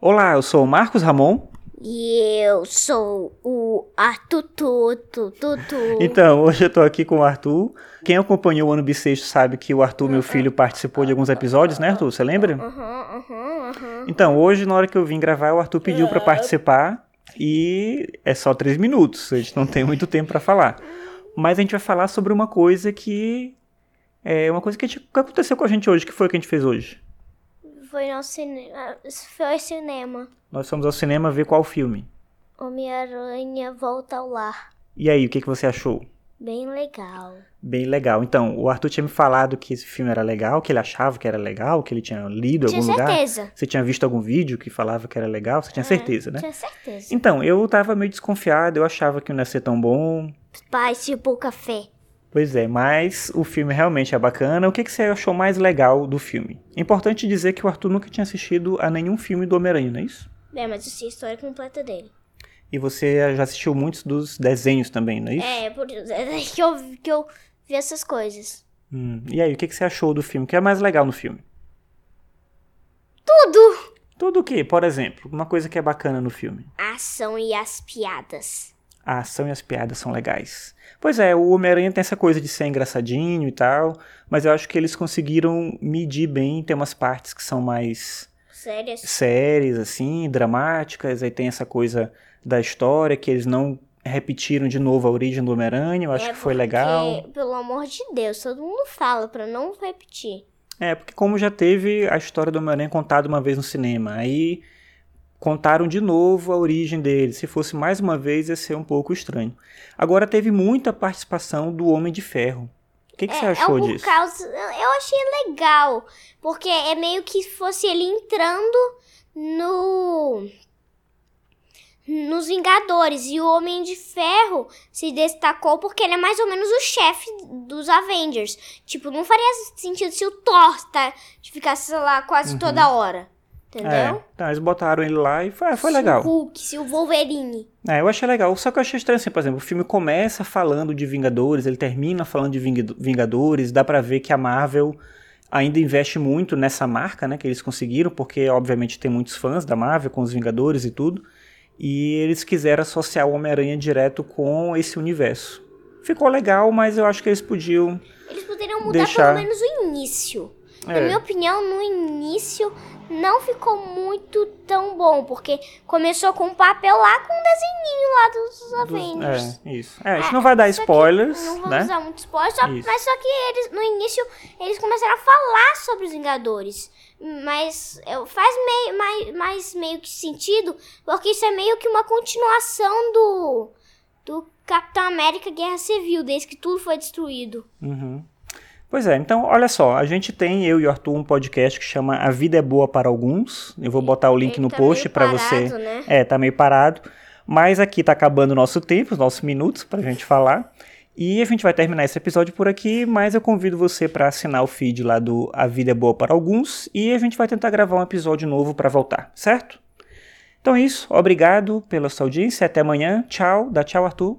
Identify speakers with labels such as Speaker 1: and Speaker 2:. Speaker 1: Olá, eu sou o Marcos Ramon.
Speaker 2: E eu sou o Arthur Tutu, Tutu.
Speaker 1: Então, hoje eu tô aqui com o Arthur. Quem acompanhou o ano bissexto sabe que o Arthur, meu filho, participou de alguns episódios, né, Arthur? Você lembra?
Speaker 2: Aham, aham, aham.
Speaker 1: Então, hoje, na hora que eu vim gravar, o Arthur pediu pra participar e é só três minutos, a gente não tem muito tempo pra falar. Mas a gente vai falar sobre uma coisa que é uma coisa que, a gente- que aconteceu com a gente hoje, que foi o que a gente fez hoje.
Speaker 2: Foi no cinema. Foi cinema.
Speaker 1: Nós fomos ao cinema ver qual filme.
Speaker 2: Homem-Aranha volta ao lar.
Speaker 1: E aí, o que, que você achou?
Speaker 2: Bem legal.
Speaker 1: Bem legal. Então, o Arthur tinha me falado que esse filme era legal, que ele achava que era legal, que ele tinha lido em
Speaker 2: Tinha
Speaker 1: algum lugar.
Speaker 2: certeza. É,
Speaker 1: Você tinha visto algum vídeo que falava que era legal? Você tinha certeza, né?
Speaker 2: Tinha certeza.
Speaker 1: Então, eu tava meio desconfiado, eu achava que não ia ser tão bom.
Speaker 2: Pai, tipo o café.
Speaker 1: Pois é, mas o filme realmente é bacana. O que, que você achou mais legal do filme? Importante dizer que o Arthur nunca tinha assistido a nenhum filme do Homem-Aranha, não é isso?
Speaker 2: É, mas eu sei a história completa dele.
Speaker 1: E você já assistiu muitos dos desenhos também, não é isso?
Speaker 2: É, por isso é daí que eu, que eu vi essas coisas.
Speaker 1: Hum, e aí, o que, que você achou do filme? O que é mais legal no filme?
Speaker 2: Tudo!
Speaker 1: Tudo o quê? Por exemplo, uma coisa que é bacana no filme.
Speaker 2: A ação e as piadas.
Speaker 1: a ação e as piadas são legais. Pois é, o Homem-Aranha tem essa coisa de ser engraçadinho e tal, mas eu acho que eles conseguiram medir bem, tem umas partes que são mais
Speaker 2: Sérias.
Speaker 1: sérias, assim, dramáticas, aí tem essa coisa da história que eles não repetiram de novo a origem do Homem-Aranha, eu acho
Speaker 2: É
Speaker 1: que foi legal.
Speaker 2: Porque, pelo amor de Deus, todo mundo fala pra não repetir.
Speaker 1: É, porque como já teve a história do Homem-Aranha contada uma vez no cinema, aí contaram de novo a origem dele. Se fosse mais uma vez, ia ser um pouco estranho. Agora teve muita participação do Homem de Ferro. O que, que você
Speaker 2: é,
Speaker 1: achou
Speaker 2: é por
Speaker 1: disso?
Speaker 2: causa. Eu achei legal. Porque é meio que fosse ele entrando no. Nos Vingadores. E o Homem de Ferro se destacou porque ele é mais ou menos o chefe dos Avengers. Tipo, não faria sentido se o Thor tá, ficasse sei lá quase toda hora. Entendeu?
Speaker 1: Uhum. É, então, eles botaram ele lá e foi, foi
Speaker 2: Se O
Speaker 1: legal.
Speaker 2: Hulk, se o Wolverine.
Speaker 1: É, eu achei legal, só que eu achei estranho assim, por exemplo, o filme começa falando de Vingadores, ele termina falando de Ving- Vingadores, dá pra ver que a Marvel ainda investe muito nessa marca, né, que eles conseguiram, porque obviamente tem muitos fãs da Marvel com os Vingadores e tudo, e eles quiseram associar o Homem-Aranha direto com esse universo. Ficou legal, mas eu acho que eles podiam
Speaker 2: Eles poderiam mudar
Speaker 1: Deixar.
Speaker 2: pelo menos o início. Na
Speaker 1: É.
Speaker 2: minha opinião, no início não ficou muito tão bom, porque começou com um papel lá com um desenhinho lá dos Avengers.
Speaker 1: dos- é, isso. É, a gente não vai dar
Speaker 2: Só que
Speaker 1: spoilers,
Speaker 2: Não vamos
Speaker 1: né?
Speaker 2: usar muito spoiler, só-
Speaker 1: Isso.
Speaker 2: mas só que eles, no início, eles começaram a falar sobre os Vingadores. Mas é, faz meio, mais, mais meio que sentido, porque isso é meio que uma continuação do, do Capitão América Guerra Civil, desde que tudo foi destruído.
Speaker 1: Uhum. Pois é, então olha só, a gente tem eu e o Arthur um podcast que chama A Vida é Boa para Alguns. Eu vou botar o link
Speaker 2: Ele
Speaker 1: no
Speaker 2: tá
Speaker 1: post
Speaker 2: meio
Speaker 1: para
Speaker 2: parado,
Speaker 1: você.
Speaker 2: né?
Speaker 1: É, tá meio parado. Mas aqui tá acabando o nosso tempo, os nossos minutos pra gente falar. E a gente vai terminar esse episódio por aqui, mas eu convido você para assinar o feed lá do A Vida é Boa para Alguns e a gente vai tentar gravar um episódio novo para voltar, certo? Então é isso, obrigado pela sua audiência, até amanhã, tchau, dá tchau Arthur.